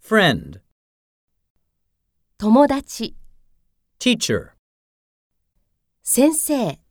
friend, 友達、 teacher. 先生。